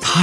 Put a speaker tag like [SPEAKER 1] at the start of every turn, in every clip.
[SPEAKER 1] 他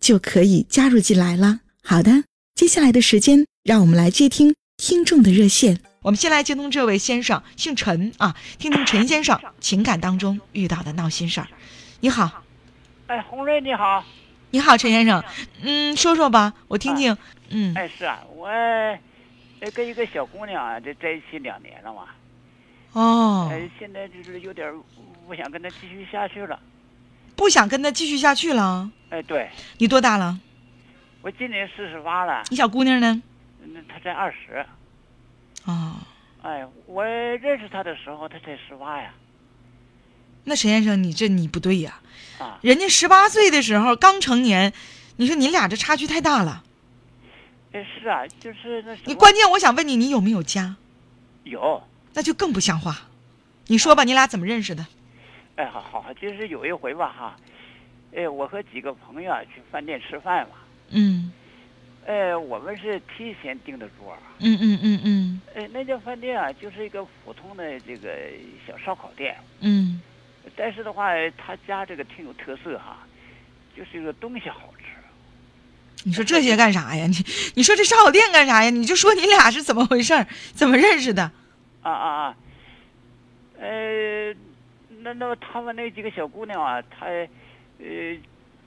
[SPEAKER 2] 就可以加入进来了。好的，接下来的时间，让我们来接听听众的热线。
[SPEAKER 3] 我们先来接通这位先生，姓陈啊，听听陈先生情感当中遇到的闹心事儿。你好，
[SPEAKER 4] 哎，红瑞你好，
[SPEAKER 3] 你好，陈先生，嗯，说说吧，我听听。嗯，
[SPEAKER 4] 哎是啊，我呃跟一个小姑娘啊，这在一起两年了嘛，
[SPEAKER 3] 哦，
[SPEAKER 4] 哎现在就是有点儿不想跟她继续下去了。
[SPEAKER 3] 不想跟他继续下去了。
[SPEAKER 4] 哎，对
[SPEAKER 3] 你多大了？
[SPEAKER 4] 我今年四十八了，
[SPEAKER 3] 你小姑娘呢？
[SPEAKER 4] 那她才二十。
[SPEAKER 3] 哦，
[SPEAKER 4] 哎，我认识她的时候她才十八呀，
[SPEAKER 3] 那陈先生，你这你不对呀、
[SPEAKER 4] 啊
[SPEAKER 3] 人家十八岁的时候刚成年，你说你俩这差距太大了。
[SPEAKER 4] 哎是啊，就是那什
[SPEAKER 3] 你
[SPEAKER 4] 么
[SPEAKER 3] 关键我想问你，你有没有家？
[SPEAKER 4] 有，
[SPEAKER 3] 那就更不像话。你说吧，你俩怎么认识的？
[SPEAKER 4] 哎好好，就是有一回吧哈，哎我和几个朋友啊去饭店吃饭嘛，
[SPEAKER 3] 嗯
[SPEAKER 4] 哎我们是提前订的桌儿，
[SPEAKER 3] 嗯嗯嗯嗯
[SPEAKER 4] 哎那家饭店啊就是一个普通的这个小烧烤店。
[SPEAKER 3] 嗯，
[SPEAKER 4] 但是的话，他家这个挺有特色哈，就是这个东西好吃。
[SPEAKER 3] 你说这些干啥呀？你你说这烧烤店干啥呀？你就说你俩是怎么回事儿，怎么认识的？
[SPEAKER 4] 啊啊啊！呃，那那他们那几个小姑娘啊，她呃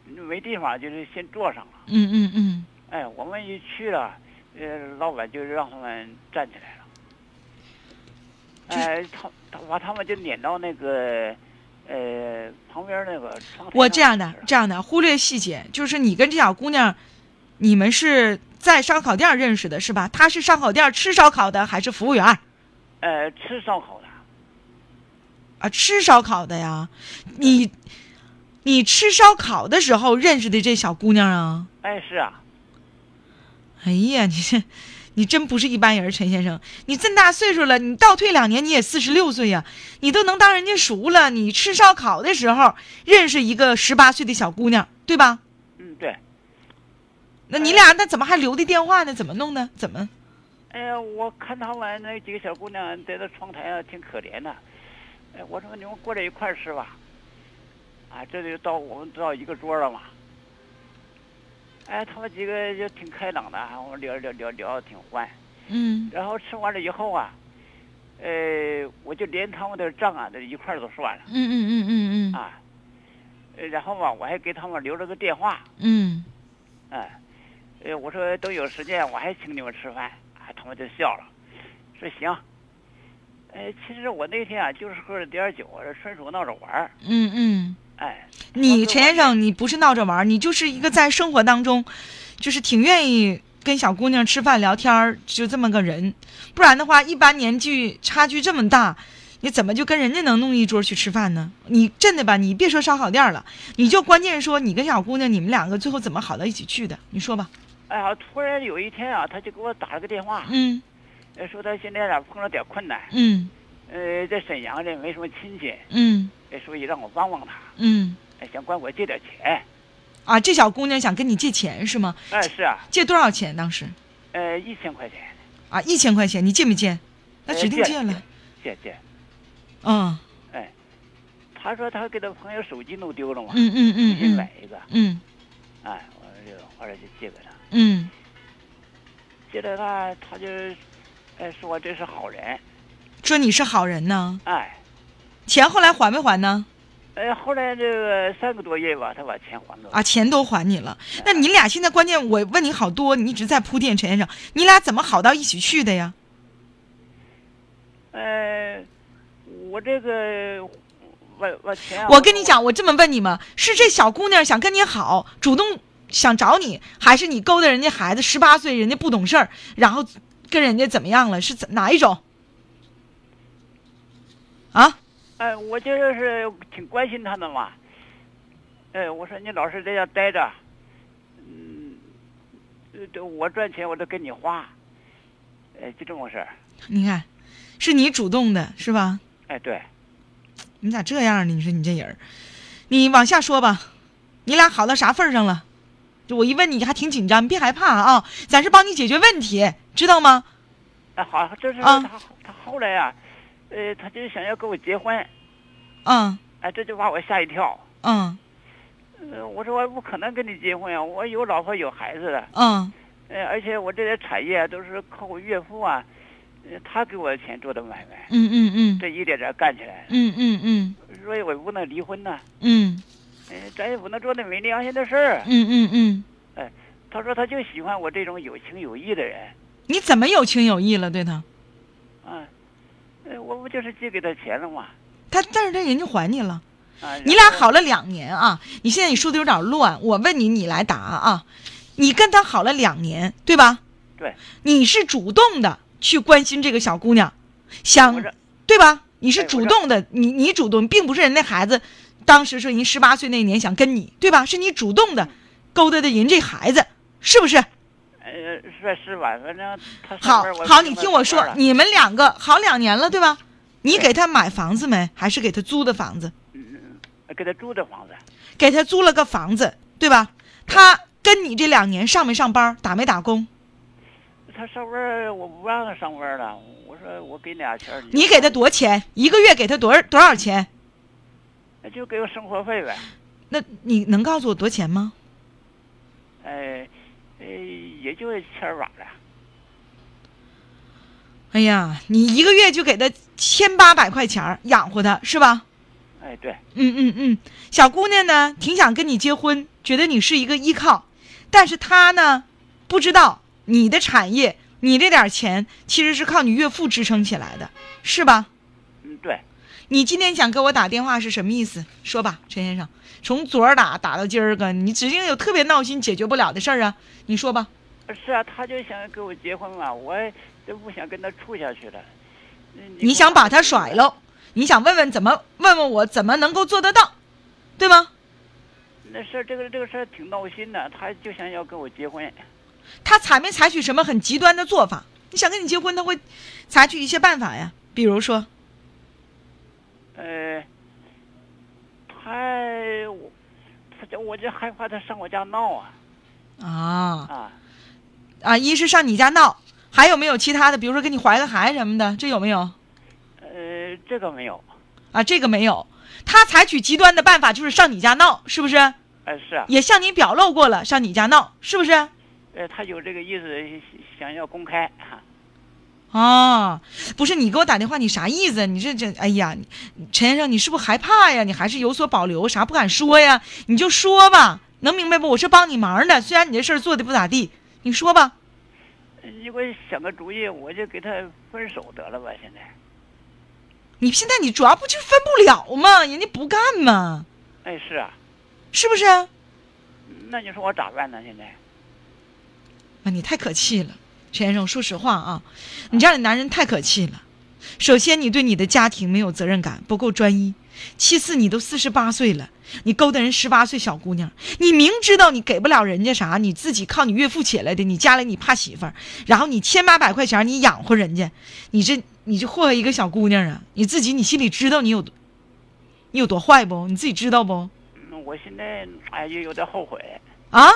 [SPEAKER 4] 没地方，就是先坐上了。
[SPEAKER 3] 嗯嗯嗯，
[SPEAKER 4] 哎，我们一去了，呃，老板就让他们站起来了。哎，他他把他们就撵到那个呃旁边那个窗台
[SPEAKER 3] 我
[SPEAKER 4] 上
[SPEAKER 3] 这样
[SPEAKER 4] 去
[SPEAKER 3] 的
[SPEAKER 4] 了
[SPEAKER 3] 这样的忽略细节，就是你跟这小姑娘，你们是在烧烤店认识的是吧？她是烧烤店吃烧烤的还是服务员儿
[SPEAKER 4] 呃吃烧烤的。
[SPEAKER 3] 啊？吃烧烤的呀，你你吃烧烤的时候认识的这小姑娘啊？
[SPEAKER 4] 哎，是啊，
[SPEAKER 3] 哎呀，你这，你真不是一般人，陈先生。你这么大岁数了，你倒退两年，你也四十六岁呀、你都能当人家叔了。你吃烧烤的时候认识一个十八岁的小姑娘，对吧？
[SPEAKER 4] 嗯，对。
[SPEAKER 3] 那你俩那怎么还留的电话呢？怎么弄的？怎么？
[SPEAKER 4] 哎呀，我看他们那几个小姑娘在那窗台啊上挺可怜的，哎，我说你们过来一块儿吃吧，啊，这就到我们到一个桌了嘛。哎，他们几个就挺开朗的，我们聊聊聊聊得挺欢。
[SPEAKER 3] 嗯
[SPEAKER 4] 然后吃完了以后啊，呃，我就连他们的账啊，这一块儿都算了
[SPEAKER 3] 嗯嗯嗯嗯
[SPEAKER 4] 啊。呃然后吧，我还给他们留了个电话，
[SPEAKER 3] 嗯
[SPEAKER 4] 哎，呃，我说等有时间我还请你们吃饭，啊，他们就笑了，说行。哎，其实我那天啊，就是喝了点儿酒，顺手闹着玩儿，
[SPEAKER 3] 嗯嗯。
[SPEAKER 4] 哎，
[SPEAKER 3] 你陈先生，你不是闹着玩儿，你就是一个在生活当中，就是挺愿意跟小姑娘吃饭聊天儿，就这么个人。不然的话，一般年纪差距这么大，你怎么就跟人家能弄一桌去吃饭呢？你真的吧，你别说烧烤店了，你就关键说你跟小姑娘，你们两个最后怎么好到一起去的？你说吧。
[SPEAKER 4] 哎呀，突然有一天啊，他就给我打了个电话，
[SPEAKER 3] 嗯
[SPEAKER 4] 呃说他现在啊碰了点困难，
[SPEAKER 3] 嗯
[SPEAKER 4] 呃，在沈阳这没什么亲戚，
[SPEAKER 3] 嗯
[SPEAKER 4] 呃所以让我帮帮他，
[SPEAKER 3] 嗯。
[SPEAKER 4] 哎想管我借点钱。
[SPEAKER 3] 啊，这小姑娘想跟你借钱是吗？
[SPEAKER 4] 哎，是啊，
[SPEAKER 3] 借多少钱当时？
[SPEAKER 4] 呃，一千块钱，
[SPEAKER 3] 啊，一千块钱，你借没借？那
[SPEAKER 4] 哎
[SPEAKER 3] 指定
[SPEAKER 4] 借
[SPEAKER 3] 借
[SPEAKER 4] 了
[SPEAKER 3] 了。
[SPEAKER 4] 借借。
[SPEAKER 3] 嗯
[SPEAKER 4] 他说他给他朋友手机弄丢了嘛，
[SPEAKER 3] 嗯嗯嗯
[SPEAKER 4] 新
[SPEAKER 3] 嗯
[SPEAKER 4] 买一个，
[SPEAKER 3] 嗯
[SPEAKER 4] 哎，我说就后来就借给他。
[SPEAKER 3] 嗯
[SPEAKER 4] 接着呢，他就，哎，说我这是好人，
[SPEAKER 3] 说你是好人呢，
[SPEAKER 4] 哎，
[SPEAKER 3] 钱后来还没还呢？
[SPEAKER 4] 呃，后来这个三个多月吧，他把钱还给我。
[SPEAKER 3] 啊，钱都还你了。那你俩现在关键，我问你好多，你一直在铺垫陈先生，你俩怎么好到一起去的呀？
[SPEAKER 4] 呃，我这个我我钱啊、
[SPEAKER 3] 我跟你讲，我这么问你们，是这小姑娘想跟你好，主动想找你，还是你勾搭人家孩子十八岁，人家不懂事儿，然后跟人家怎么样了？是怎哪一种？啊，
[SPEAKER 4] 哎，我就是挺关心他的嘛。哎，我说你老是在家待着，嗯，呃这我赚钱我都给你花，哎，就这么回事儿。
[SPEAKER 3] 你看，是你主动的，是吧？
[SPEAKER 4] 哎，对，
[SPEAKER 3] 你咋这样呢？你说你这人儿，你往下说吧，你俩好到啥份儿上了？就我一问你还挺紧张，你别害怕啊，咱是帮你解决问题，知道吗？
[SPEAKER 4] 哎，好，这是他、
[SPEAKER 3] 啊
[SPEAKER 4] 他后来啊，呃，他就想要跟我结婚，
[SPEAKER 3] 嗯
[SPEAKER 4] 哎，这就把我吓一跳。
[SPEAKER 3] 嗯
[SPEAKER 4] 呃，我说我不可能跟你结婚啊，我有老婆有孩子的，
[SPEAKER 3] 嗯，
[SPEAKER 4] 呃，而且我这些产业都是靠我岳父啊，呃他给我的钱做的买卖，
[SPEAKER 3] 嗯嗯嗯
[SPEAKER 4] 这一点点干起来，
[SPEAKER 3] 嗯嗯嗯
[SPEAKER 4] 所以我也不能离婚呐、
[SPEAKER 3] 嗯
[SPEAKER 4] 哎，咱也不能做那没良心的事儿。啊
[SPEAKER 3] 嗯嗯嗯，
[SPEAKER 4] 他说他就喜欢我这种有情有义的人，
[SPEAKER 3] 你怎么有情有义了对他？
[SPEAKER 4] 啊，呃，我不就是借给他钱了吗？
[SPEAKER 3] 他但是他人家还你了，
[SPEAKER 4] 啊，
[SPEAKER 3] 你俩好了两年啊，你现在你说的有点乱，我问你你来答啊，你跟他好了两年对吧？
[SPEAKER 4] 对，
[SPEAKER 3] 你是主动的去关心这个小姑娘，
[SPEAKER 4] 我
[SPEAKER 3] 想
[SPEAKER 4] 这
[SPEAKER 3] 对吧？你
[SPEAKER 4] 哎
[SPEAKER 3] 是
[SPEAKER 4] 我
[SPEAKER 3] 主
[SPEAKER 4] 这
[SPEAKER 3] 动的，你你主动，并不是人家孩子当时说人十八岁那年想跟你，对吧？是你主
[SPEAKER 4] 嗯
[SPEAKER 3] 动的勾搭的人这孩子，是不是？
[SPEAKER 4] 呃是是吧？反正他上
[SPEAKER 3] 好
[SPEAKER 4] 班我
[SPEAKER 3] 好，
[SPEAKER 4] 不
[SPEAKER 3] 你
[SPEAKER 4] 能
[SPEAKER 3] 听我
[SPEAKER 4] 上班
[SPEAKER 3] 说，
[SPEAKER 4] 了
[SPEAKER 3] 你们两个好两年了，对吧？你
[SPEAKER 4] 对
[SPEAKER 3] 给他买房子没？还是给他租的房子？
[SPEAKER 4] 嗯，嗯给他租的房子，
[SPEAKER 3] 给他租了个房子，对吧？他跟你这两年上没上班，打没打工？
[SPEAKER 4] 他上班儿我不让他上班儿了，我说我给你俩钱儿，
[SPEAKER 3] 你给他多少钱？一个月给他多少多少钱？
[SPEAKER 4] 那就给我生活费呗，
[SPEAKER 3] 那你能告诉我多少钱吗？
[SPEAKER 4] 哎，呃，也就一千瓦了，
[SPEAKER 3] 哎呀，你一个月就给他千八百块钱儿养活他，是吧？
[SPEAKER 4] 哎，对，
[SPEAKER 3] 嗯嗯嗯，小姑娘呢，挺想跟你结婚，觉得你是一个依靠，但是她呢，不知道你的产业，你这点钱其实是靠你岳父支撑起来的，是吧？
[SPEAKER 4] 嗯，对，
[SPEAKER 3] 你今天想给我打电话是什么意思？说吧，陈先生，从昨儿打打到今儿个，你指定有特别闹心、解决不了的事儿啊，你说吧。
[SPEAKER 4] 是啊，他就想跟我结婚嘛，我就不想跟他处下去了。嗯
[SPEAKER 3] 你想把他甩？喽？你想问问怎么问问我怎么能够做得到，对吗？
[SPEAKER 4] 那事儿这个这个事儿挺闹心的，他就想要跟我结婚。
[SPEAKER 3] 他采没采取什么很极端的做法？你想跟你结婚，他会采取一些办法呀，比如说，
[SPEAKER 4] 呃，他我他这我就害怕他上我家闹啊
[SPEAKER 3] 啊
[SPEAKER 4] 啊！
[SPEAKER 3] 啊，一是上你家闹，还有没有其他的？比如说给你怀个孩什么的，这有没有？
[SPEAKER 4] 呃，这个没有。
[SPEAKER 3] 啊，这个没有。他采取极端的办法就是上你家闹，是不是？
[SPEAKER 4] 哎、是啊，
[SPEAKER 3] 也向你表露过了，上你家闹，是不是？
[SPEAKER 4] 呃，他有这个意思，想要公开哈、
[SPEAKER 3] 啊，不是你给我打电话，你啥意思？你这这，哎呀，你陈先生，你是不是害怕呀？你还是有所保留，啥不敢说呀？你就说吧，能明白不？我是帮你忙的，虽然你这事儿做的不咋地，你说吧。
[SPEAKER 4] 你给我呃想个主意，我就给他分手得了吧？现在，
[SPEAKER 3] 你现在你主要不就是分不了吗？人家不干嘛，
[SPEAKER 4] 哎，是啊，
[SPEAKER 3] 是不是？啊，
[SPEAKER 4] 那你说我咋办呢？现在，
[SPEAKER 3] 啊你太可气了，陈先生，说实话啊，你这样的男人太可气了。首先，你对你的家庭没有责任感，不够专一；其次，你都四十八岁了，你勾搭人十八岁小姑娘，你明知道你给不了人家啥，你自己靠你岳父起来的，你家里你怕媳妇儿，然后你千八百块钱你养活人家，你这你这祸害一个小姑娘啊！你自己你心里知道你有多你有多坏不？你自己知道不？
[SPEAKER 4] 嗯我现在哎又有点后悔，
[SPEAKER 3] 啊？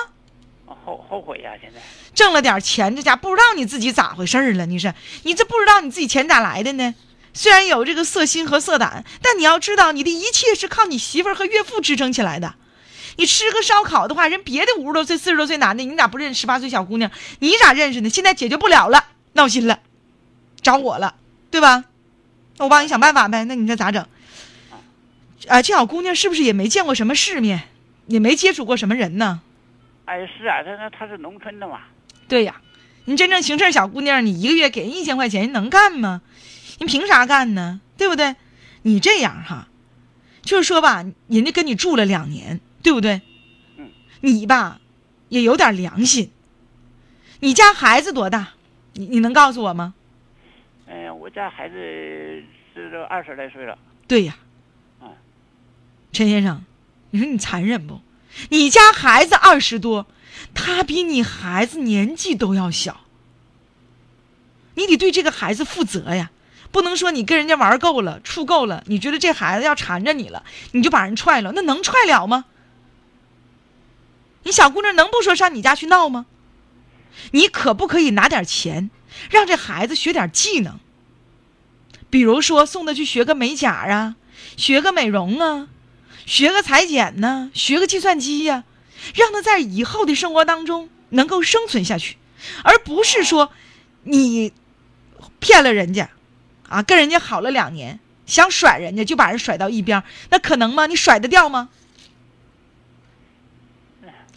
[SPEAKER 4] 后后悔呀、现在，
[SPEAKER 3] 挣了点钱，这家不知道你自己咋回事儿了。你是你这不知道你自己钱咋来的呢？虽然有这个色心和色胆，但你要知道，你的一切是靠你媳妇儿和岳父支撑起来的。你吃个烧烤的话，人别的五十多岁、四十多岁男的，你咋不认识十八岁小姑娘？你咋认识呢？现在解决不了了，闹心了，找我了，对吧？那我帮你想办法呗。那你这咋整？啊，这小姑娘是不是也没见过什么世面，也没接触过什么人呢？
[SPEAKER 4] 哎，是啊，她那她是农村的嘛，
[SPEAKER 3] 对呀，你真正行事儿小姑娘，你一个月给人一千块钱，你能干吗？你凭啥干呢？对不对？你这样哈，就是说吧，人家跟你住了两年，对不对？
[SPEAKER 4] 嗯。
[SPEAKER 3] 你吧，也有点良心。你家孩子多大？你你能告诉我吗？
[SPEAKER 4] 嗯、我家孩子是这二十来岁了，
[SPEAKER 3] 对呀。
[SPEAKER 4] 嗯
[SPEAKER 3] 陈先生，你说你残忍不？你家孩子二十多，他比你孩子年纪都要小，你得对这个孩子负责呀。不能说你跟人家玩够了、处够了，你觉得这孩子要缠着你了，你就把人踹了，那能踹了吗？你小姑娘能不说上你家去闹吗？你可不可以拿点钱，让这孩子学点技能？比如说送他去学个美甲啊，学个美容啊，学个裁剪呐、学个计算机呀、让他在以后的生活当中能够生存下去，而不是说你骗了人家，啊，跟人家好了两年，想甩人家就把人甩到一边儿，那可能吗？你甩得掉吗？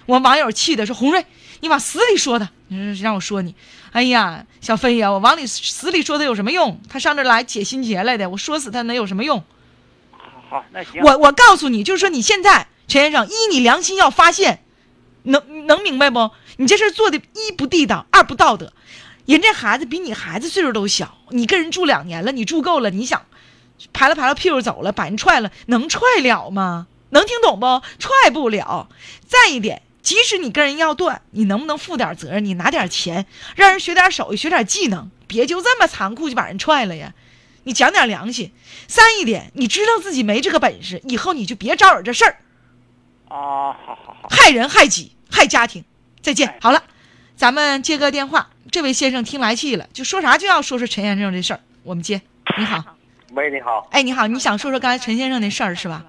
[SPEAKER 3] 我网友气的说：“红瑞，你往死里说他，你说让我说你，哎呀，小飞呀、我往里死里说他有什么用？他上这儿来解心结来的，我说死他能有什么用？
[SPEAKER 4] 好，好那行，
[SPEAKER 3] 我我告诉你，就是说你现在陈先生，一你良心要发现，能能明白不？你这事儿做的一不地道，二不道德。人这孩子比你孩子岁数都小，你跟人住两年了，你住够了，你想排了排了屁股走了，把人踹了，能踹了吗？能听懂不？踹不了。再一点，即使你跟人要断，你能不能负点责任？你拿点钱，让人学点手艺，学点技能，别就这么残酷就把人踹了呀！你讲点良心。三一点，你知道自己没这个本事，以后你就别招惹这事儿，
[SPEAKER 4] 哦，好好好，
[SPEAKER 3] 害人害己害家庭。再见
[SPEAKER 4] 哎。
[SPEAKER 3] 好了，咱们接个电话。这位先生听来气了，就说啥就要说说陈先生这事儿。我们接。你好，
[SPEAKER 5] 喂，你好
[SPEAKER 3] 哎，你好，你想说说刚才陈先生那事儿是吧？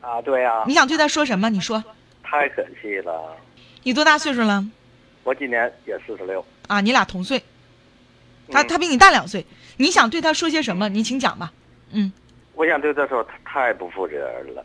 [SPEAKER 5] 啊，对啊，
[SPEAKER 3] 你想对他说什么？你说，
[SPEAKER 5] 太可气了，
[SPEAKER 3] 你多大岁数了？
[SPEAKER 5] 我今年也四十六，
[SPEAKER 3] 啊，你俩同岁，他
[SPEAKER 5] 嗯
[SPEAKER 3] 他比你大两岁。你想对他说些什么？你请讲吧。嗯，
[SPEAKER 5] 我想对他说，他太不负责任了，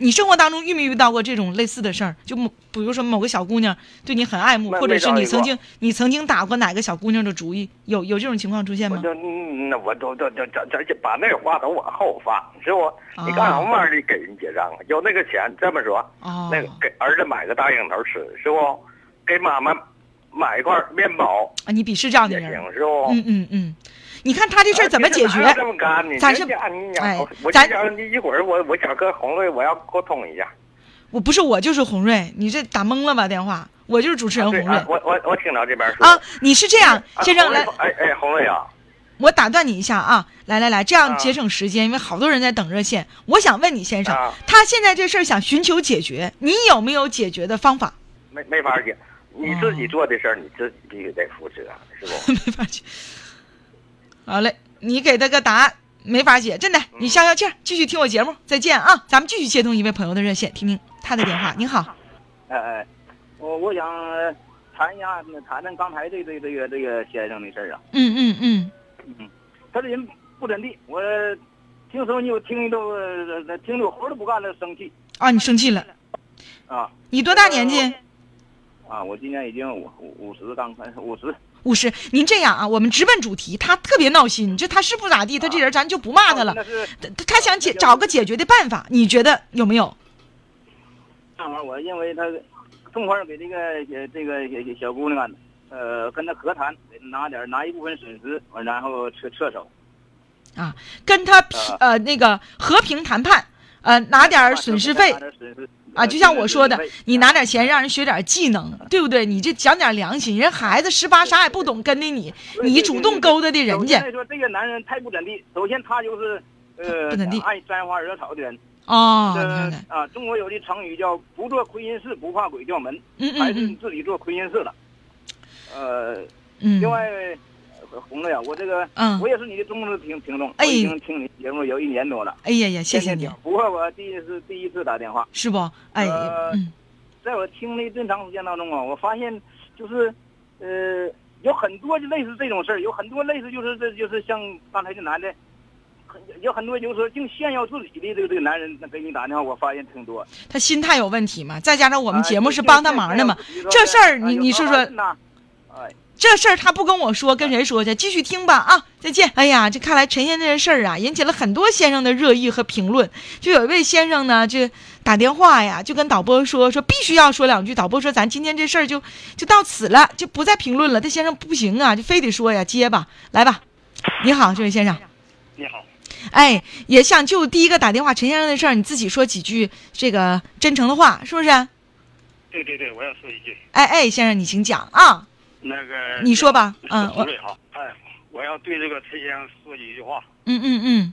[SPEAKER 3] 你生活当中遇没遇到过这种类似的事儿？就某，比如说某个小姑娘对你很爱慕，
[SPEAKER 5] 没
[SPEAKER 3] 或者是你
[SPEAKER 5] 没
[SPEAKER 3] 曾
[SPEAKER 5] 着急过
[SPEAKER 3] 经你曾经打过哪个小姑娘的主意？有有这种情况出现
[SPEAKER 5] 我
[SPEAKER 3] 吗？
[SPEAKER 5] 就嗯那我都都都咱咱把那话都往后放，是不？
[SPEAKER 3] 啊
[SPEAKER 5] 你干什么玩意儿？你给人结账啊？有那个钱，这么说，
[SPEAKER 3] 哦，
[SPEAKER 5] 那个给儿子买个大樱桃吃，是不？给妈妈买一块面包
[SPEAKER 3] 啊，你鄙视这样的
[SPEAKER 5] 也
[SPEAKER 3] 人？
[SPEAKER 5] 行，是不？
[SPEAKER 3] 嗯嗯嗯，你看他这事儿怎么解决
[SPEAKER 5] 啊其实哪有？这么干呢？
[SPEAKER 3] 咱是
[SPEAKER 5] 人家你呀
[SPEAKER 3] 哎
[SPEAKER 5] 我
[SPEAKER 3] 咱
[SPEAKER 5] 就想你一会儿我我想跟红瑞我要沟通一下。
[SPEAKER 3] 我不是我就是红瑞，你这打懵了吧？电话，我就是主持人
[SPEAKER 5] 对
[SPEAKER 3] 红瑞
[SPEAKER 5] 啊，我我我听到这边说
[SPEAKER 3] 啊。你是这样，
[SPEAKER 5] 啊
[SPEAKER 3] 先生
[SPEAKER 5] 红瑞
[SPEAKER 3] 来，
[SPEAKER 5] 哎哎，红瑞啊，
[SPEAKER 3] 我打断你一下啊，来来来，这样
[SPEAKER 5] 啊
[SPEAKER 3] 节省时间，因为好多人在等热线。我想问你，先生，
[SPEAKER 5] 啊
[SPEAKER 3] 他现在这事儿想寻求解决，你有没有解决的方法？
[SPEAKER 5] 没没法解，你自
[SPEAKER 3] 哦
[SPEAKER 5] 己做的事儿你自己必须得负责，是不？
[SPEAKER 3] 没法解。好嘞，你给他个答案，没法解，真的，你消消气儿，继续听我节目，再见啊！咱们继续接通一位朋友的热线，听听他的电话。您好，
[SPEAKER 6] 哎哎，我我想呃谈一下，谈谈刚才这这这个这个先生的事儿啊。
[SPEAKER 3] 嗯嗯嗯，
[SPEAKER 6] 他这人不怎地，我听说你我听都呃听着活都不干了，生气
[SPEAKER 3] 啊，你生气了，
[SPEAKER 6] 啊
[SPEAKER 3] 你多大年纪？
[SPEAKER 6] 啊！我今年已经五五五十刚开五十，
[SPEAKER 3] 五十。您这样啊，我们直奔主题，他特别闹心，这他是不咋地，他这人咱就不骂他了。
[SPEAKER 6] 那是
[SPEAKER 3] 他他想解找个解决的办法，你觉得有没有？
[SPEAKER 6] 那玩意儿，我认为他痛快给这个呃这个小小姑娘啊，呃跟他和谈，拿点拿一部分损失，完然后撤撤手。
[SPEAKER 3] 跟他批呃那个和平谈判，呃拿点
[SPEAKER 6] 啊
[SPEAKER 3] 儿损失费
[SPEAKER 6] 拿点损失
[SPEAKER 3] 啊，就像我说的
[SPEAKER 6] 损失费，
[SPEAKER 3] 你拿点钱让人学点技能，对不对？你这讲点良心，人孩子十八啥也不懂，跟着你，你主动勾搭的人
[SPEAKER 6] 首先
[SPEAKER 3] 家
[SPEAKER 6] 来说这个男人太不怎地，首先他就是呃
[SPEAKER 3] 不怎地
[SPEAKER 6] 爱沾花惹草的人。
[SPEAKER 3] 哦，你
[SPEAKER 6] 这
[SPEAKER 3] 看看，
[SPEAKER 6] 啊，中国有句成语叫“不做亏心事，不怕鬼叫门”，
[SPEAKER 3] 嗯
[SPEAKER 6] 还是
[SPEAKER 3] 嗯
[SPEAKER 6] 自己做亏心事了。呃，
[SPEAKER 3] 嗯
[SPEAKER 6] 另
[SPEAKER 3] 嗯，
[SPEAKER 6] 外，呃红了呀，我这个
[SPEAKER 3] 嗯
[SPEAKER 6] 我也是你的忠实听听众，
[SPEAKER 3] 哎
[SPEAKER 6] 我已经听你节目有一年多了，
[SPEAKER 3] 哎呀呀，谢谢
[SPEAKER 6] 天天
[SPEAKER 3] 你
[SPEAKER 6] 听，。不过我第一次第一次打电话，
[SPEAKER 3] 是不？哎，
[SPEAKER 6] 呃
[SPEAKER 3] 嗯
[SPEAKER 6] 在我听的这长时间当中啊，我发现就是，呃，有很多就类似这种事儿，有很多类似就是这就是像刚才这男的，很有很多，就是说净炫耀自己的这个这个男人，那给你打电话，我发现挺多。
[SPEAKER 3] 他心态有问题嘛？再加上我
[SPEAKER 6] 我
[SPEAKER 5] 啊
[SPEAKER 3] 们节目是帮他忙的嘛，这事儿你你是说
[SPEAKER 6] 哎，
[SPEAKER 3] 这事儿他不跟我说，跟谁说去？继续听吧啊！再见。哎呀，这看来陈先生这事儿啊，引起了很多先生的热议和评论。就有一位先生呢，就打电话呀，就跟导播说说必须要说两句。导播说咱今天这事儿就就到此了，就不再评论了。这先生不行啊，就非得说呀，接吧，来吧。你好，这位先生，
[SPEAKER 5] 你好，
[SPEAKER 3] 哎，也想就第一个打电话陈先生的事儿，你自己说几句这个真诚的话，是不是？哎
[SPEAKER 5] 对对对，我要说一句，
[SPEAKER 3] 哎，先生你请讲啊，
[SPEAKER 5] 那个
[SPEAKER 3] 你说吧，嗯，
[SPEAKER 5] 我
[SPEAKER 3] 我，
[SPEAKER 5] 哎，我要对这个陈先生说几句话，
[SPEAKER 3] 嗯嗯嗯，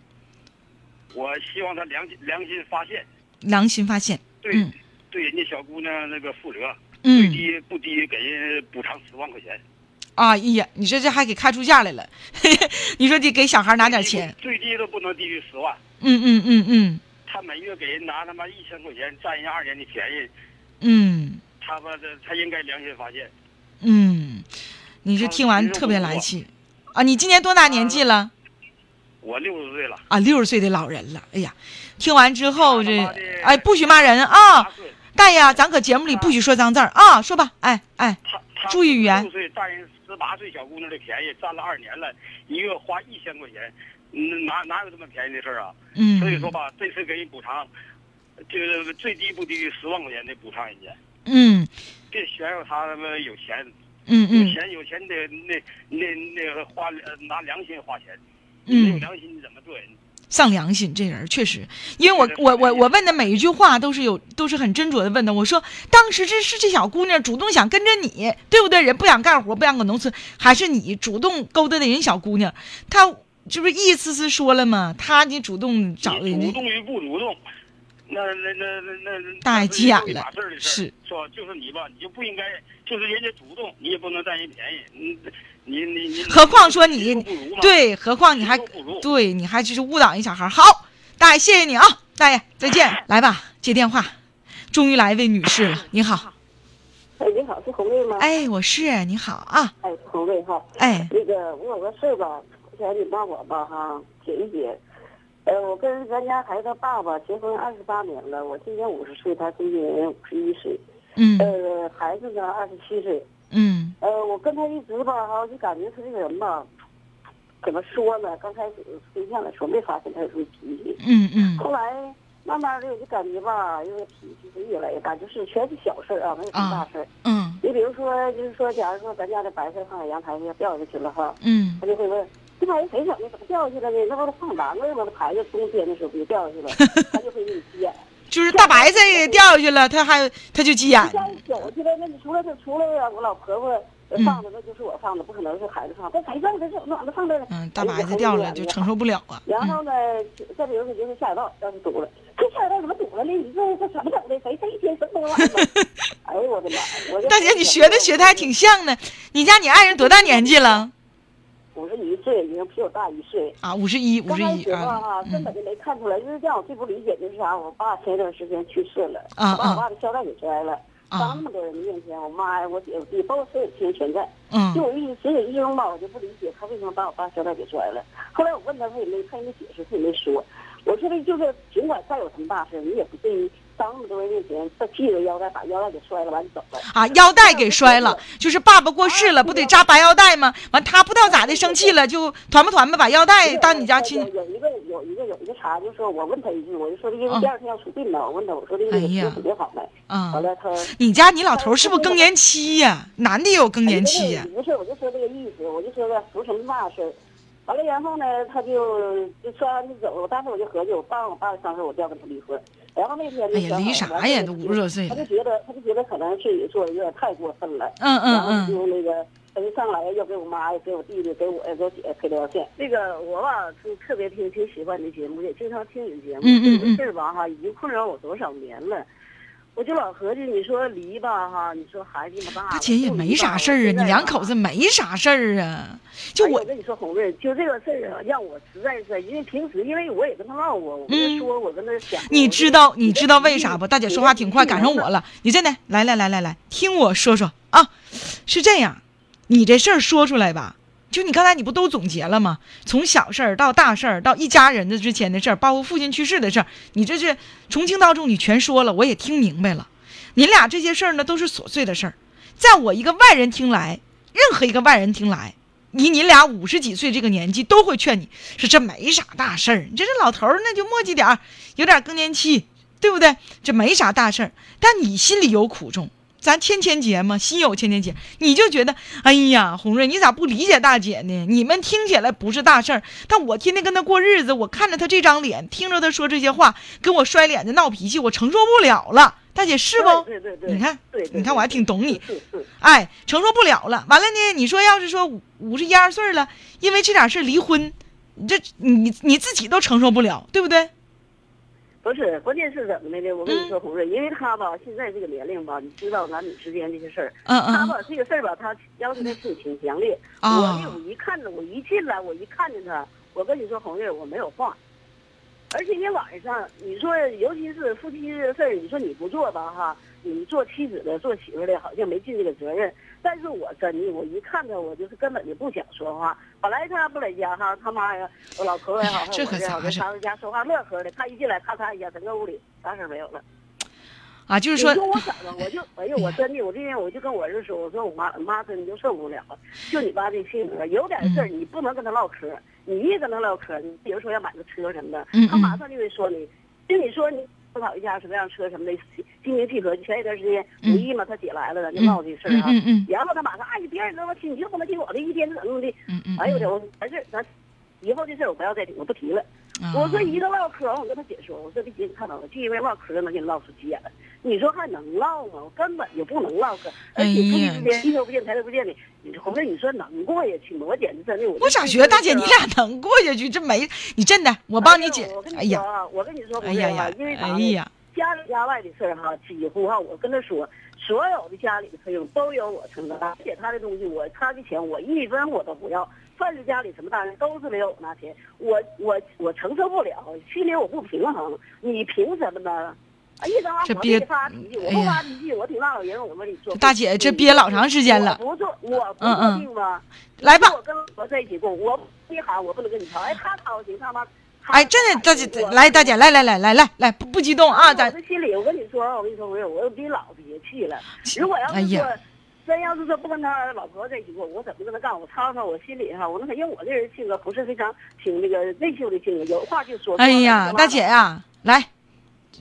[SPEAKER 5] 我希望他良心良心发现，
[SPEAKER 3] 良心发现，
[SPEAKER 5] 对、
[SPEAKER 3] 嗯
[SPEAKER 5] 对人家小姑娘那个负责，最
[SPEAKER 3] 嗯。
[SPEAKER 5] 低不低给人补偿十万块钱，
[SPEAKER 3] 啊，一呀，你这这还给开出价来了， 你说得给小孩拿点钱，
[SPEAKER 5] 最低都不能低于十万。
[SPEAKER 3] 嗯嗯嗯嗯
[SPEAKER 5] 他每月给人拿他妈一千块钱，占人家二年的便宜，
[SPEAKER 3] 嗯
[SPEAKER 5] 他妈的他应该良心发现。
[SPEAKER 3] 嗯，你这听完特别来气，啊，你今年多大年纪了？
[SPEAKER 5] 我六十岁了，
[SPEAKER 3] 啊，六十岁的老人了，哎呀，听完之后这
[SPEAKER 5] 妈妈的，
[SPEAKER 3] 哎，不许骂人啊
[SPEAKER 5] 八，岁，
[SPEAKER 3] 大爷啊，咱搁节目里不许说脏字儿啊，说吧，哎哎，
[SPEAKER 5] 他他
[SPEAKER 3] 注意语言
[SPEAKER 5] 六岁占人十八岁小姑娘的便宜，占了二年了，一月花一千块钱，嗯哪哪有这么便宜的事儿啊？
[SPEAKER 3] 嗯，
[SPEAKER 5] 所以说吧，这次给人补偿，就是最低不低于十万块钱得补偿人家，
[SPEAKER 3] 嗯
[SPEAKER 5] 别炫耀他他妈有钱，
[SPEAKER 3] 嗯
[SPEAKER 5] 有
[SPEAKER 3] 嗯
[SPEAKER 5] 钱有钱得那那那个花呃拿良心花钱，你没有
[SPEAKER 3] 嗯，
[SPEAKER 5] 良心你怎么做人？
[SPEAKER 3] 丧良心，这人儿确实，因为我
[SPEAKER 5] 对对
[SPEAKER 3] 我
[SPEAKER 5] 对
[SPEAKER 3] 我我问的每一句话都是有都是很斟酌的问的。我说当时这是这小姑娘主动想跟着你，对不对？人不想干活，不想搁农村，还是你主动勾搭的人小姑娘，她这不是一次次说了吗？她你主动找
[SPEAKER 5] 你
[SPEAKER 3] 人
[SPEAKER 5] 主
[SPEAKER 3] 家，
[SPEAKER 5] 动与不主动，那那那那那
[SPEAKER 3] 大爷急眼了
[SPEAKER 5] 那是一码事儿的事儿
[SPEAKER 3] 是
[SPEAKER 5] 是吧？就是你吧，你就不应该，就是人家主动，你也不能占人便宜，你你你你，
[SPEAKER 3] 何况说你
[SPEAKER 5] 禽兽不如嘛，
[SPEAKER 3] 对，何况你
[SPEAKER 5] 禽
[SPEAKER 3] 还
[SPEAKER 5] 兽不如
[SPEAKER 3] 对，你还就是误导人小孩儿。好，大爷，谢谢你啊，大爷，再见。来吧，接电话，终于来一位女士了。你好，
[SPEAKER 7] 哎，你好，是红瑞吗？
[SPEAKER 3] 哎，我是你好啊，
[SPEAKER 7] 哎，是红瑞哈。
[SPEAKER 3] 哎，
[SPEAKER 7] 那个，我有个事儿吧，想你帮我吧哈，解一解。呃，我跟咱家孩子爸爸结婚二十八年了，我今年五十岁，他今年五十一岁。
[SPEAKER 3] 嗯
[SPEAKER 7] 呃，孩子呢二十七岁。
[SPEAKER 3] 嗯
[SPEAKER 7] 呃，我跟他一直吧哈，我就感觉他这个人吧，怎么说呢？刚开始对象的时候没发现他有什么脾气，
[SPEAKER 3] 嗯嗯。
[SPEAKER 7] 后来慢慢的我就感觉吧，这个脾气是越来越大，就是全是小事儿啊，没有什么大事儿。
[SPEAKER 3] 嗯
[SPEAKER 7] 你比如说，就是说，假如说咱家的白菜放在阳台上掉下去了哈，
[SPEAKER 3] 嗯
[SPEAKER 7] 他就会问：“这玩意儿谁整的？怎么掉下去了呢？那不是放篮子吗？那孩子冬天的时候不就掉 下去了？”他就会给你急眼。，
[SPEAKER 3] 就是大白菜也掉下去了，他还他就急眼
[SPEAKER 7] 你。家一整去了，那你除了这，除了我老婆婆呃
[SPEAKER 3] 嗯
[SPEAKER 7] 放的，那就是我放的，不可能是孩子放的。那谁放的？谁整的？俺们放这儿哎了。
[SPEAKER 3] 嗯，大白菜掉了就承受不了啊。
[SPEAKER 7] 然后呢，再比如说就是下水道要是堵了，这下水道怎么堵了呢？你这这怎么整的？谁这一天什么玩意 儿？哎呦我的妈！我就
[SPEAKER 3] 嗯大姐，你学的学的还挺像的。你家你爱人多大年纪了？
[SPEAKER 7] 五十一岁，已经比我大一岁。
[SPEAKER 3] 啊，五十一，五
[SPEAKER 7] 刚
[SPEAKER 3] 十
[SPEAKER 7] 开
[SPEAKER 3] 一
[SPEAKER 7] 始吧
[SPEAKER 3] 啊
[SPEAKER 7] 哈，。根本就没看出来，就是让我最不理解就是啥，我爸前一段时间去世了，
[SPEAKER 3] 啊
[SPEAKER 7] 我把我爸的孝道给摔了，
[SPEAKER 3] 啊
[SPEAKER 7] 当那么多人的面前，我妈呀，我姐夫弟，包括所有亲人全在，
[SPEAKER 3] 嗯
[SPEAKER 7] 就我一只有一生吧，我就不理解他为什么把我爸孝道给摔了。后来我问他，他也没他也没解释，他也没说，我说的就是尽管再有什么大事，你也不至于当那么多人面前，他系着腰带把腰带给摔了，完就走了。
[SPEAKER 3] 啊，腰带给摔 了，就是爸爸过世了，不得扎白腰带吗？完，他不知道咋的生气了，就团吧团吧，把腰带到你家去
[SPEAKER 7] 呃有。有一个有一个有一个茬，就说我问他一句，我就说的，因为
[SPEAKER 3] 嗯
[SPEAKER 7] 第二天要出殡嘛，我问他，我说的，
[SPEAKER 3] 哎
[SPEAKER 7] 你
[SPEAKER 3] 呀
[SPEAKER 7] 准备好没？
[SPEAKER 3] 啊
[SPEAKER 7] 完，了他。
[SPEAKER 3] 你家你老头是不是更年期呀、男的也有更年期呀、
[SPEAKER 7] 不哎是，我就说这个意思，我就说的服什么大事儿。完了，然后呢，他就就说完就走了。我当时我就合计，我爸我爸的伤事，我就要跟他离婚。然后那天就
[SPEAKER 3] 哎呀，
[SPEAKER 7] 想好
[SPEAKER 3] 离
[SPEAKER 7] 了
[SPEAKER 3] 啥
[SPEAKER 7] 完
[SPEAKER 3] 呀？
[SPEAKER 7] 了
[SPEAKER 3] 都五十多岁
[SPEAKER 7] 他
[SPEAKER 3] 了
[SPEAKER 7] 就。觉得他就觉得可能是做的有点太过分了。
[SPEAKER 3] 嗯
[SPEAKER 7] 然
[SPEAKER 3] 嗯
[SPEAKER 7] 后
[SPEAKER 3] 嗯
[SPEAKER 7] 就那个，他就上来要给我妈呀，给我弟弟，给我给我姐赔多少钱。那个我吧，就特别挺挺喜欢你节目，也经常听你节目。
[SPEAKER 3] 嗯嗯嗯
[SPEAKER 7] 这个事儿吧哈，已经困扰我多少年了。我就老合计，你说离吧哈，你说孩子这么大了，
[SPEAKER 3] 大姐也没啥事儿啊，你两口子没啥事儿啊，就
[SPEAKER 7] 哎
[SPEAKER 3] 我
[SPEAKER 7] 我跟你说，红瑞，就这个事儿啊，让我实在是，因为平时因为我也跟他闹过，我跟
[SPEAKER 3] 嗯
[SPEAKER 7] 他说，我跟他讲，
[SPEAKER 3] 你知道你知道为啥不？
[SPEAKER 7] 不？
[SPEAKER 3] 大姐说话挺快，赶上我了。你真的来来来来来，听我说说啊，是这样，你这事儿说出来吧，就你刚才你不都总结了吗？从小事儿到大事儿，到一家人的之前的事儿，包括父亲去世的事儿，你这是从轻到重，你全说了，我也听明白了。你俩这些事儿呢，都是琐碎的事儿，在我一个外人听来，任何一个外人听来，以你俩五十几岁这个年纪，都会劝你说这没啥大事儿，你这这老头儿那就磨叽点儿，有点更年期，对不对？这没啥大事儿，但你心里有苦衷。咱千千结嘛，心有千千结，你就觉得，哎呀，红瑞，你咋不理解大姐呢？你们听起来不是大事儿，但我天天跟她过日子，我看着她这张脸，听着她说这些话，跟我摔脸子闹脾气，我承受不了了。大姐是不？
[SPEAKER 7] 对对对，
[SPEAKER 3] 你看
[SPEAKER 7] 对，对对
[SPEAKER 3] 你看我还挺懂你，
[SPEAKER 7] 是是，
[SPEAKER 3] 哎，承受不了了。完了呢，你说要是说五五十一二岁了，因为这点事儿离婚，你这你你自己都承受不了，对不对？
[SPEAKER 7] 不是，关键是怎么的呢？我跟你说，红瑞，因为他吧，现在这个年龄吧，你知道男女之间这些事儿，
[SPEAKER 3] 嗯
[SPEAKER 7] 他
[SPEAKER 3] 嗯
[SPEAKER 7] 吧这个事儿吧，他要求的是挺强烈。我
[SPEAKER 3] 啊
[SPEAKER 7] 呢，我一看着，我一进来，我一看见他，我跟你说，红瑞，我没有话。而且你晚上，你说尤其是夫妻的事儿，你说你不做吧，哈，你做妻子的、做媳妇的，好像没尽这个责任。但是我真的，我一看他，我就是根本就不想说话。本来他不在家哈，他妈呀，我老头儿也
[SPEAKER 3] 哎
[SPEAKER 7] 好，
[SPEAKER 3] 呀
[SPEAKER 7] 还有 我
[SPEAKER 3] 这可
[SPEAKER 7] 也好，
[SPEAKER 3] 咋
[SPEAKER 7] 跟
[SPEAKER 3] 整
[SPEAKER 7] 他们家说话乐呵的。他一进来，咔嚓一下，整个屋里啥事儿没有了。
[SPEAKER 3] 啊，就是
[SPEAKER 7] 你
[SPEAKER 3] 说，
[SPEAKER 7] 我怎么，我就哎呀，我真的，我这天我就跟我儿子说，我说我妈妈真的就受不了了，就你爸这性格，有点事儿
[SPEAKER 3] 嗯
[SPEAKER 7] 你不能跟他唠嗑，你一跟他唠嗑，你比如说要买个车什么的，
[SPEAKER 3] 嗯
[SPEAKER 7] 他马上就会说你，就你说你思考一下什么样的车什么的，心心平气和。前一段时间五一嘛，他姐来了，咱就闹这事儿
[SPEAKER 3] 嗯
[SPEAKER 7] 啊。
[SPEAKER 3] 嗯嗯
[SPEAKER 7] 然后他马上，哎，别人他妈听你就他妈听我的，一天怎么怎么的，
[SPEAKER 3] 嗯嗯，
[SPEAKER 7] 哎呦我天，我完事儿咱以后这事儿我不要再提，我不提了。
[SPEAKER 3] 啊
[SPEAKER 7] 我说一个唠嗑，我跟他姐说，我说这姐你看到了，就因为唠嗑能给你唠出急眼来，你说还能唠吗？我根本就不能唠嗑，而且夫妻之
[SPEAKER 3] 哎
[SPEAKER 7] 间低头不见抬头不见的，你红妹你说能过呀？亲，我简直真的我就
[SPEAKER 3] 我咋觉得大姐你俩能过下去？这没你真的，我帮你解
[SPEAKER 7] 啊
[SPEAKER 3] 哎
[SPEAKER 7] 哎呦我。跟你说
[SPEAKER 3] 呀，
[SPEAKER 7] 啊，我跟你说，
[SPEAKER 3] 哎
[SPEAKER 7] 红妹
[SPEAKER 3] 呀
[SPEAKER 7] 啊
[SPEAKER 3] 呀
[SPEAKER 7] 因为，啥
[SPEAKER 3] 哎
[SPEAKER 7] 呢？
[SPEAKER 3] 呀，
[SPEAKER 7] 家里家外的事儿哈，几乎哈，我跟他说，所有的家里的费用都由我承担，而且他的东西我他的钱我一分我都不要，凡是家里什么大人都是得由我拿钱，我我我承受不了，心里我不平衡，啊你凭什么呢？啊，一张
[SPEAKER 3] 这
[SPEAKER 7] 我
[SPEAKER 3] 憋
[SPEAKER 7] 别发脾气，我
[SPEAKER 3] 哎
[SPEAKER 7] 不
[SPEAKER 3] 呀
[SPEAKER 7] 发脾气，我挺大老爷们，我跟你说，
[SPEAKER 3] 大姐这
[SPEAKER 7] 你
[SPEAKER 3] 憋老长时间了
[SPEAKER 7] 我不做，我不
[SPEAKER 3] 嗯
[SPEAKER 7] 做
[SPEAKER 3] 嗯
[SPEAKER 7] 定吗？
[SPEAKER 3] 来吧，
[SPEAKER 7] 我跟我在一起过，我你喊我不能跟你吵，哎，他吵行，他妈，他
[SPEAKER 3] 哎，真的，大姐
[SPEAKER 7] 我哎
[SPEAKER 3] 来，大姐来来来来来来，不不激动 啊，
[SPEAKER 7] 我
[SPEAKER 3] 咱
[SPEAKER 7] 这心里，我跟你说，我跟你说，我有我比老憋气了。如果要
[SPEAKER 3] 哎
[SPEAKER 7] 是说，
[SPEAKER 3] 呀
[SPEAKER 7] 真要是说不跟他老婆在一起过，我怎么跟他干？我吵吵，我心里哈，我那因为我这人性格不是非常挺那个内秀的性格，有话就说。
[SPEAKER 3] 哎呀，
[SPEAKER 7] 说
[SPEAKER 3] 大姐，呀、来，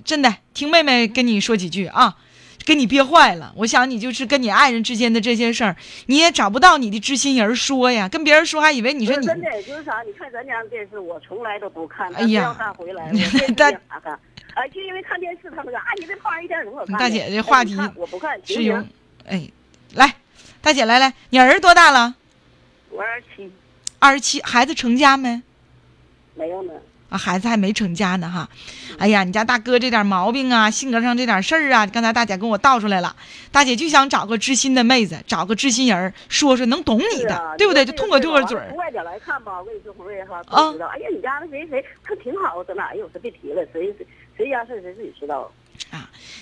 [SPEAKER 3] 真的听妹妹跟你说几句啊，给你憋坏了。我想你就是跟你爱人之间的这些事儿，你也找不到你的知心人儿说呀，跟别人说还以为你
[SPEAKER 7] 不
[SPEAKER 3] 说
[SPEAKER 7] 是
[SPEAKER 3] 你
[SPEAKER 7] 真的就是啥？你看咱家电视，我从来都不看。
[SPEAKER 3] 哎呀
[SPEAKER 7] 只要他回来，我电视
[SPEAKER 3] 大
[SPEAKER 7] 也不看。哎，就因为看电视，他们说啊，你这胖人一点儿也不好看。
[SPEAKER 3] 大姐这
[SPEAKER 7] 哎
[SPEAKER 3] 话
[SPEAKER 7] 你
[SPEAKER 3] 题
[SPEAKER 7] 看我不看，
[SPEAKER 3] 是
[SPEAKER 7] 行不
[SPEAKER 3] 有
[SPEAKER 7] 行？，
[SPEAKER 3] 哎，来，大姐来来，你儿多大了？
[SPEAKER 7] 我二十七，
[SPEAKER 3] 二十七，孩子成家没？
[SPEAKER 7] 没有呢。
[SPEAKER 3] 啊，孩子还没成家呢哈。哎呀，你家大哥这点毛病啊，性格上这点事儿啊，刚才大姐跟我道出来了。大姐就想找个知心的妹子，找个知心人儿，说说能懂你
[SPEAKER 7] 是
[SPEAKER 3] 的，
[SPEAKER 7] 啊
[SPEAKER 3] 对不对？
[SPEAKER 7] 你
[SPEAKER 3] 就
[SPEAKER 7] 说
[SPEAKER 3] 痛快
[SPEAKER 7] 这
[SPEAKER 3] 对
[SPEAKER 7] 个
[SPEAKER 3] 个
[SPEAKER 7] 事
[SPEAKER 3] 嘴
[SPEAKER 7] 儿吧
[SPEAKER 3] 儿
[SPEAKER 7] 从。外表来看吧，我跟你说，红瑞哈，
[SPEAKER 3] 啊
[SPEAKER 7] 都知道。哎呀，你家那谁谁可挺好，在哪？哎呦，这别提了，谁谁谁家事儿谁自己知道。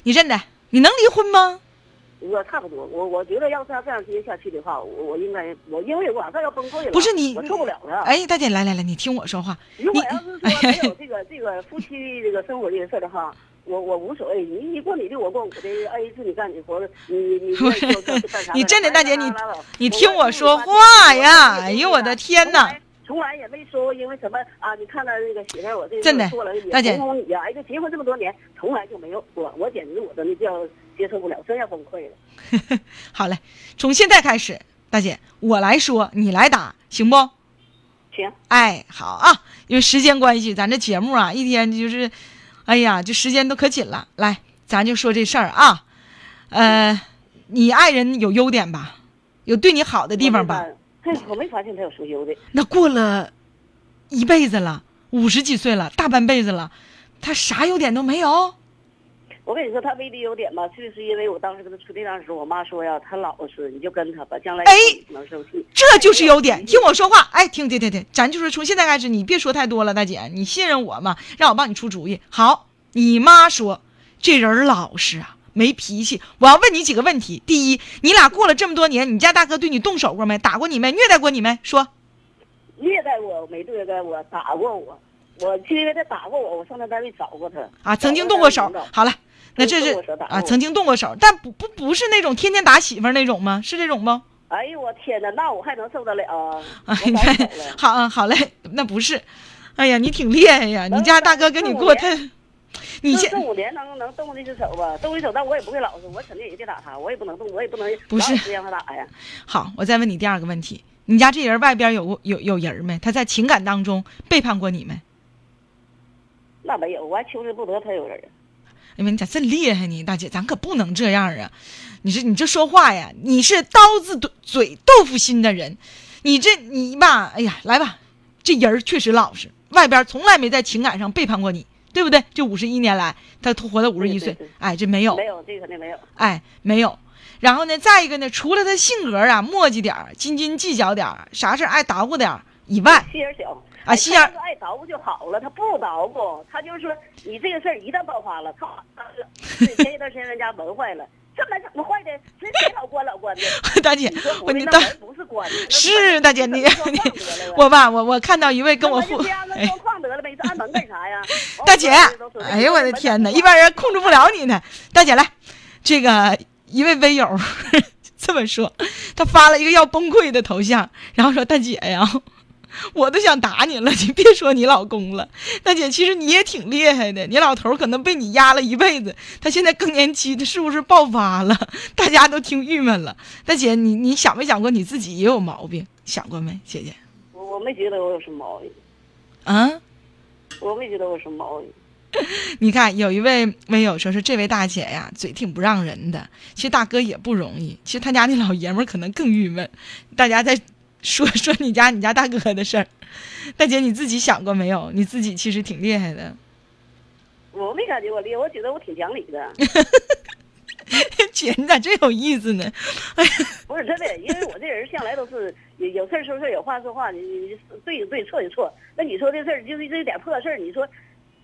[SPEAKER 3] 你真的，你能离婚吗？
[SPEAKER 7] 我差不多，我我觉得要是要这样接下去的话，我我应该我因为我马上要崩溃了，
[SPEAKER 3] 不是你
[SPEAKER 7] 我受不了了。，
[SPEAKER 3] 哎，大姐，来来来，你听我说话。
[SPEAKER 7] 如果要是说没有这个这个夫妻这个生活这个事儿的哈。我我无所谓，你你过你的，我过我的，哎，是你干你活的，你你你干啥？
[SPEAKER 3] 你真的大姐你
[SPEAKER 7] 拉倒
[SPEAKER 3] 你听我说话呀哎呦我的天哪！
[SPEAKER 7] 从来也没说过因为什么啊，你看到这个媳妇儿，我这个
[SPEAKER 3] 真的
[SPEAKER 7] 错了，也
[SPEAKER 3] 大姐
[SPEAKER 7] 哄哄你呀，哎，就结婚这么多年，从来就没有过，我简直我都那叫接受不了，真要崩溃了。
[SPEAKER 3] 好嘞，从现在开始，大姐我来说，你来打，行不？
[SPEAKER 7] 行，
[SPEAKER 3] 哎，好啊，因为时间关系，咱这节目啊，一天就是，哎呀，这时间都可紧了。来，咱就说这事儿啊，呃，你爱人有优点吧？有对你好的地方吧？
[SPEAKER 7] 我没发？对，我没发现他有说优的，
[SPEAKER 3] 那过了一辈子了，五十几岁了，大半辈子了，他啥优点都没有。
[SPEAKER 7] 我跟你说，他唯一的优点吧，就是因为我当时跟他处对象的时候，我妈说呀，他老实，你就跟他吧，将来
[SPEAKER 3] 哎
[SPEAKER 7] 可能生气。
[SPEAKER 3] 这就是优
[SPEAKER 7] 嗯
[SPEAKER 3] 点，听我说话，哎，听听听听，咱就是从现在开始，你别说太多了，大姐，你信任我嘛，让我帮你出主意。好，你妈说这人老实啊，没脾气。我要问你几个问题：第一，你俩过了这么多年，你家大哥对你动手过没？打过你没？虐待过你没？说
[SPEAKER 7] 虐待我，没虐待我，打过我，我就因为他打过我，我上他单位找过他
[SPEAKER 3] 啊，曾经动过手。好了，那这
[SPEAKER 7] 动过
[SPEAKER 3] 是
[SPEAKER 7] 手打嗯
[SPEAKER 3] 啊，
[SPEAKER 7] 过
[SPEAKER 3] 曾经动过手，但不不不是那种天天打媳妇儿那种吗？ 是这种不？
[SPEAKER 7] 哎呦我天哪，那我还能受得了 啊？
[SPEAKER 3] 啊，
[SPEAKER 7] 我
[SPEAKER 3] 你
[SPEAKER 7] 早
[SPEAKER 3] 看
[SPEAKER 7] 走了，
[SPEAKER 3] 好啊，好嘞， 那不是。哎呀，你挺厉害呀，你家大哥跟你过太，你
[SPEAKER 7] 这
[SPEAKER 3] 现
[SPEAKER 7] 这五年能能动那只手吧？动一手，但我也不会老实，我肯定也得打他，我也不能动，我也不能
[SPEAKER 3] 不是
[SPEAKER 7] 老实让他打呀。
[SPEAKER 3] 好，我再问你第二个问题，你家这人外边有过有有人没？他在情感当中背叛过你没？
[SPEAKER 7] 那没有，我还求之不得他有人儿。
[SPEAKER 3] 哎呀，你咋真厉害呢，大姐，咱可不能这样啊！你这你这说话呀，你是刀子嘴嘴豆腐心的人，你这你吧，哎呀，来吧，这人儿确实老实，外边从来没在情感上背叛过你，对不对？这五十一年来，他活到五十一岁
[SPEAKER 7] 对对对，
[SPEAKER 3] 哎，这没有，
[SPEAKER 7] 没有，这肯定没有。
[SPEAKER 3] 哎，没有。然后呢，再一个呢，除了他性格啊磨叽点儿、斤斤计较点儿、啥事儿爱捣鼓点儿以外，
[SPEAKER 7] 心眼儿小
[SPEAKER 3] 啊心眼儿
[SPEAKER 7] 哎他要是爱捣鼓就好了，他不捣鼓，他就是说你这个事儿一旦爆发了，他他是 前一段时间人家门坏了，这门怎么坏的？谁谁老关老关的？
[SPEAKER 3] 大姐
[SPEAKER 7] 你说，不
[SPEAKER 3] 我
[SPEAKER 7] 对
[SPEAKER 3] 哎你
[SPEAKER 7] 那
[SPEAKER 3] 当
[SPEAKER 7] 门不是关的，那
[SPEAKER 3] 是
[SPEAKER 7] 门
[SPEAKER 3] 大姐你
[SPEAKER 7] 那门就
[SPEAKER 3] 你
[SPEAKER 7] 撞得了呗
[SPEAKER 3] 我吧，我我看到一位跟我
[SPEAKER 7] 那门
[SPEAKER 3] 互
[SPEAKER 7] 就这样，那
[SPEAKER 3] 哎
[SPEAKER 7] 装框得了呗，你说按门干啥呀？
[SPEAKER 3] 大姐，哎呦我的天哪，一般人控制不了你呢。大姐来，这个一位微友 这么说，他发了一个要崩溃的头像，然后说大姐呀。 我都想打你了，你别说你老公了，大姐，其实你也挺厉害的。你老头儿可能被你压了一辈子，他现在更年期，他是不是爆发了？ 大家都挺郁闷了。大姐，你你想没想过你自己也有毛病？想过没，姐姐？
[SPEAKER 7] 我我没觉得我有什么毛病，
[SPEAKER 3] 啊？
[SPEAKER 7] 我没觉得我有什么毛病。
[SPEAKER 3] 你看，有一位微友说说这位大姐呀，嘴挺不让人的。其实大哥也不容易，其实他家那老爷们儿可能更郁闷。大家在说 说你家你家大哥的事儿，大姐你自己想过没有？你自己其实挺厉害的，
[SPEAKER 7] 我没感觉我厉害，我觉得我挺讲理的。
[SPEAKER 3] 姐你咋真有意思呢？
[SPEAKER 7] 不是真的，因为我这人向来都是 有有事儿说事儿，有话说话，你你对就对，错就错。那你说这事儿就是这点破事儿，你说，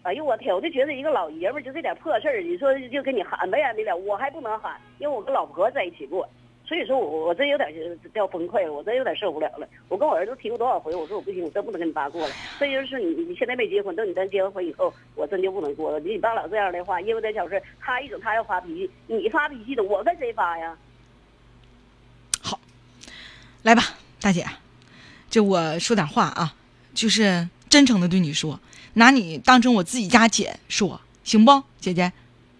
[SPEAKER 7] 哎呦我天，我就觉得一个老爷们儿就这点破事儿，你说就给你喊没完没了，我还不能喊，因为我跟老婆在一起过，所以说我我真有点就要崩溃了，我真有点受不了了。我跟我儿子提过多少回，我说我不行，我真不能跟你爸过了。这就是你你现在没结婚，等你咱结完婚以后，我真就不能过了。你爸老这样的话，因为点小事儿，他一整他要发脾气，你发脾气的，我跟谁发呀？
[SPEAKER 3] 来吧，大姐，这我说点话啊，就是真诚的对你说，拿你当成我自己家姐说，行不，姐姐？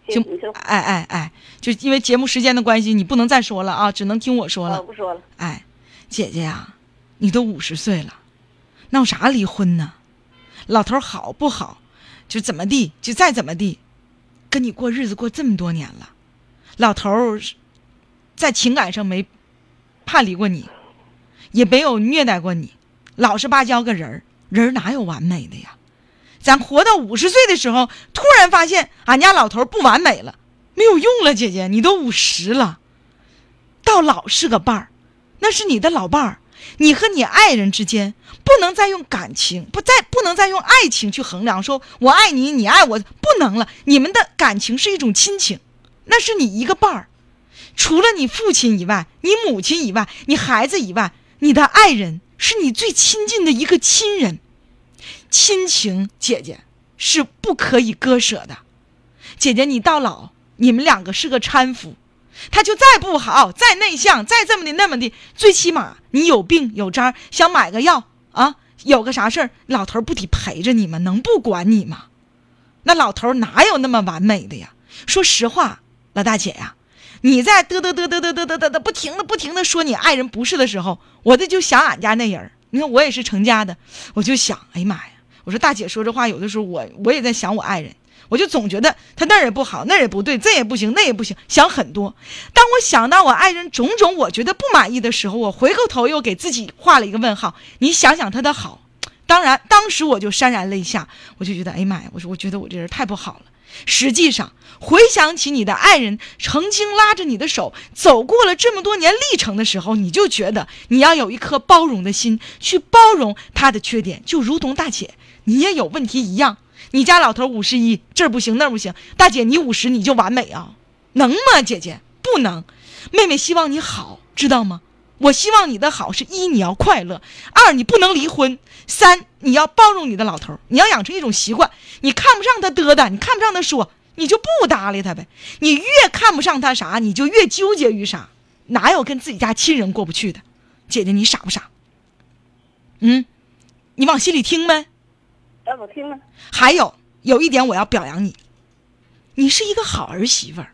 [SPEAKER 3] 行
[SPEAKER 7] 你说，
[SPEAKER 3] 哎哎哎，就因为节目时间的关系，你不能再说了啊，只能听我说了
[SPEAKER 7] 我。不说了。
[SPEAKER 3] 哎，姐姐呀、你都五十岁了，闹啥离婚呢？老头儿好不好，就怎么地，就再怎么地，跟你过日子过这么多年了，老头儿是在情感上没怕离过你，也没有虐待过你，老实巴交个人儿，人儿哪有完美的呀？咱活到五十岁的时候，突然发现俺家老头儿不完美了，没有用了，姐姐，你都五十了，到老是个伴儿。那是你的老伴儿，你和你爱人之间不能再用感情，不再不能再用爱情去衡量，说我爱你，你爱我，不能了。你们的感情是一种亲情，那是你一个伴儿。除了你父亲以外，你母亲以外，你孩子以外，你的爱人是你最亲近的一个亲人，亲情，姐姐是不可以割舍的。姐姐，你到老，你们两个是个搀扶，他就再不好，再内向，再这么的那么的，最起码你有病有灾儿，想买个药啊，有个啥事儿，老头儿不得陪着你吗？能不管你吗？那老头儿哪有那么完美的呀？说实话，老大姐呀、你在嘚嘚嘚嘚嘚嘚嘚嘚嘚不停的不停的说你爱人不是的时候，我这就想俺家那人儿。你看我也是成家的，我就想，哎呀妈呀！我说大姐说这话，有的时候我我也在想我爱人，我就总觉得他那儿也不好，那儿也不对，这也不行，那也不行，想很多。当我想到我爱人种种我觉得不满意的时候，我回过头又给自己画了一个问号。你想想他的好，当然当时我就潸然泪下，我就觉得哎呀妈呀，我说我觉得我这人太不好了。实际上，回想起你的爱人曾经拉着你的手走过了这么多年历程的时候，你就觉得你要有一颗包容的心去包容他的缺点，就如同大姐你也有问题一样。你家老头五十一，这儿不行那儿不行，大姐你五十你就完美啊？能吗，姐姐？不能。妹妹希望你好，知道吗？我希望你的好是一你要快乐，二你不能离婚，三你要包容你的老头儿，你要养成一种习惯，你看不上他嘚嘚，你看不上他说，你就不搭理他呗。你越看不上他啥，你就越纠结于啥，哪有跟自己家亲人过不去的？姐姐，你傻不傻？嗯，你往心里听呗。
[SPEAKER 7] 哎，我听了，
[SPEAKER 3] 还有有一点我要表扬你，你是一个好儿媳妇儿。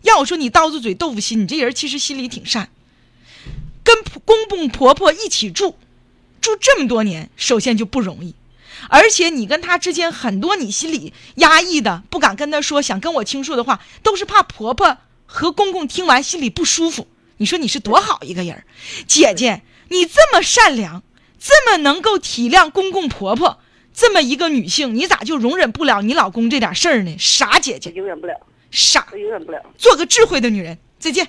[SPEAKER 3] 要我说你刀子嘴豆腐心，你这人其实心里挺善。跟婆公公婆婆一起住，住这么多年，首先就不容易，而且你跟他之间很多你心里压抑的、不敢跟他说、想跟我倾诉的话，都是怕婆婆和公公听完心里不舒服。你说你是多好一个人儿，姐姐，你这么善良，这么能够体谅公公婆婆，这么一个女性，你咋就容忍不了你老公这点事儿呢？傻姐
[SPEAKER 7] 我
[SPEAKER 3] 姐，
[SPEAKER 7] 容忍不了，
[SPEAKER 3] 傻
[SPEAKER 7] 我，容忍不了。
[SPEAKER 3] 做个智慧的女人。再见。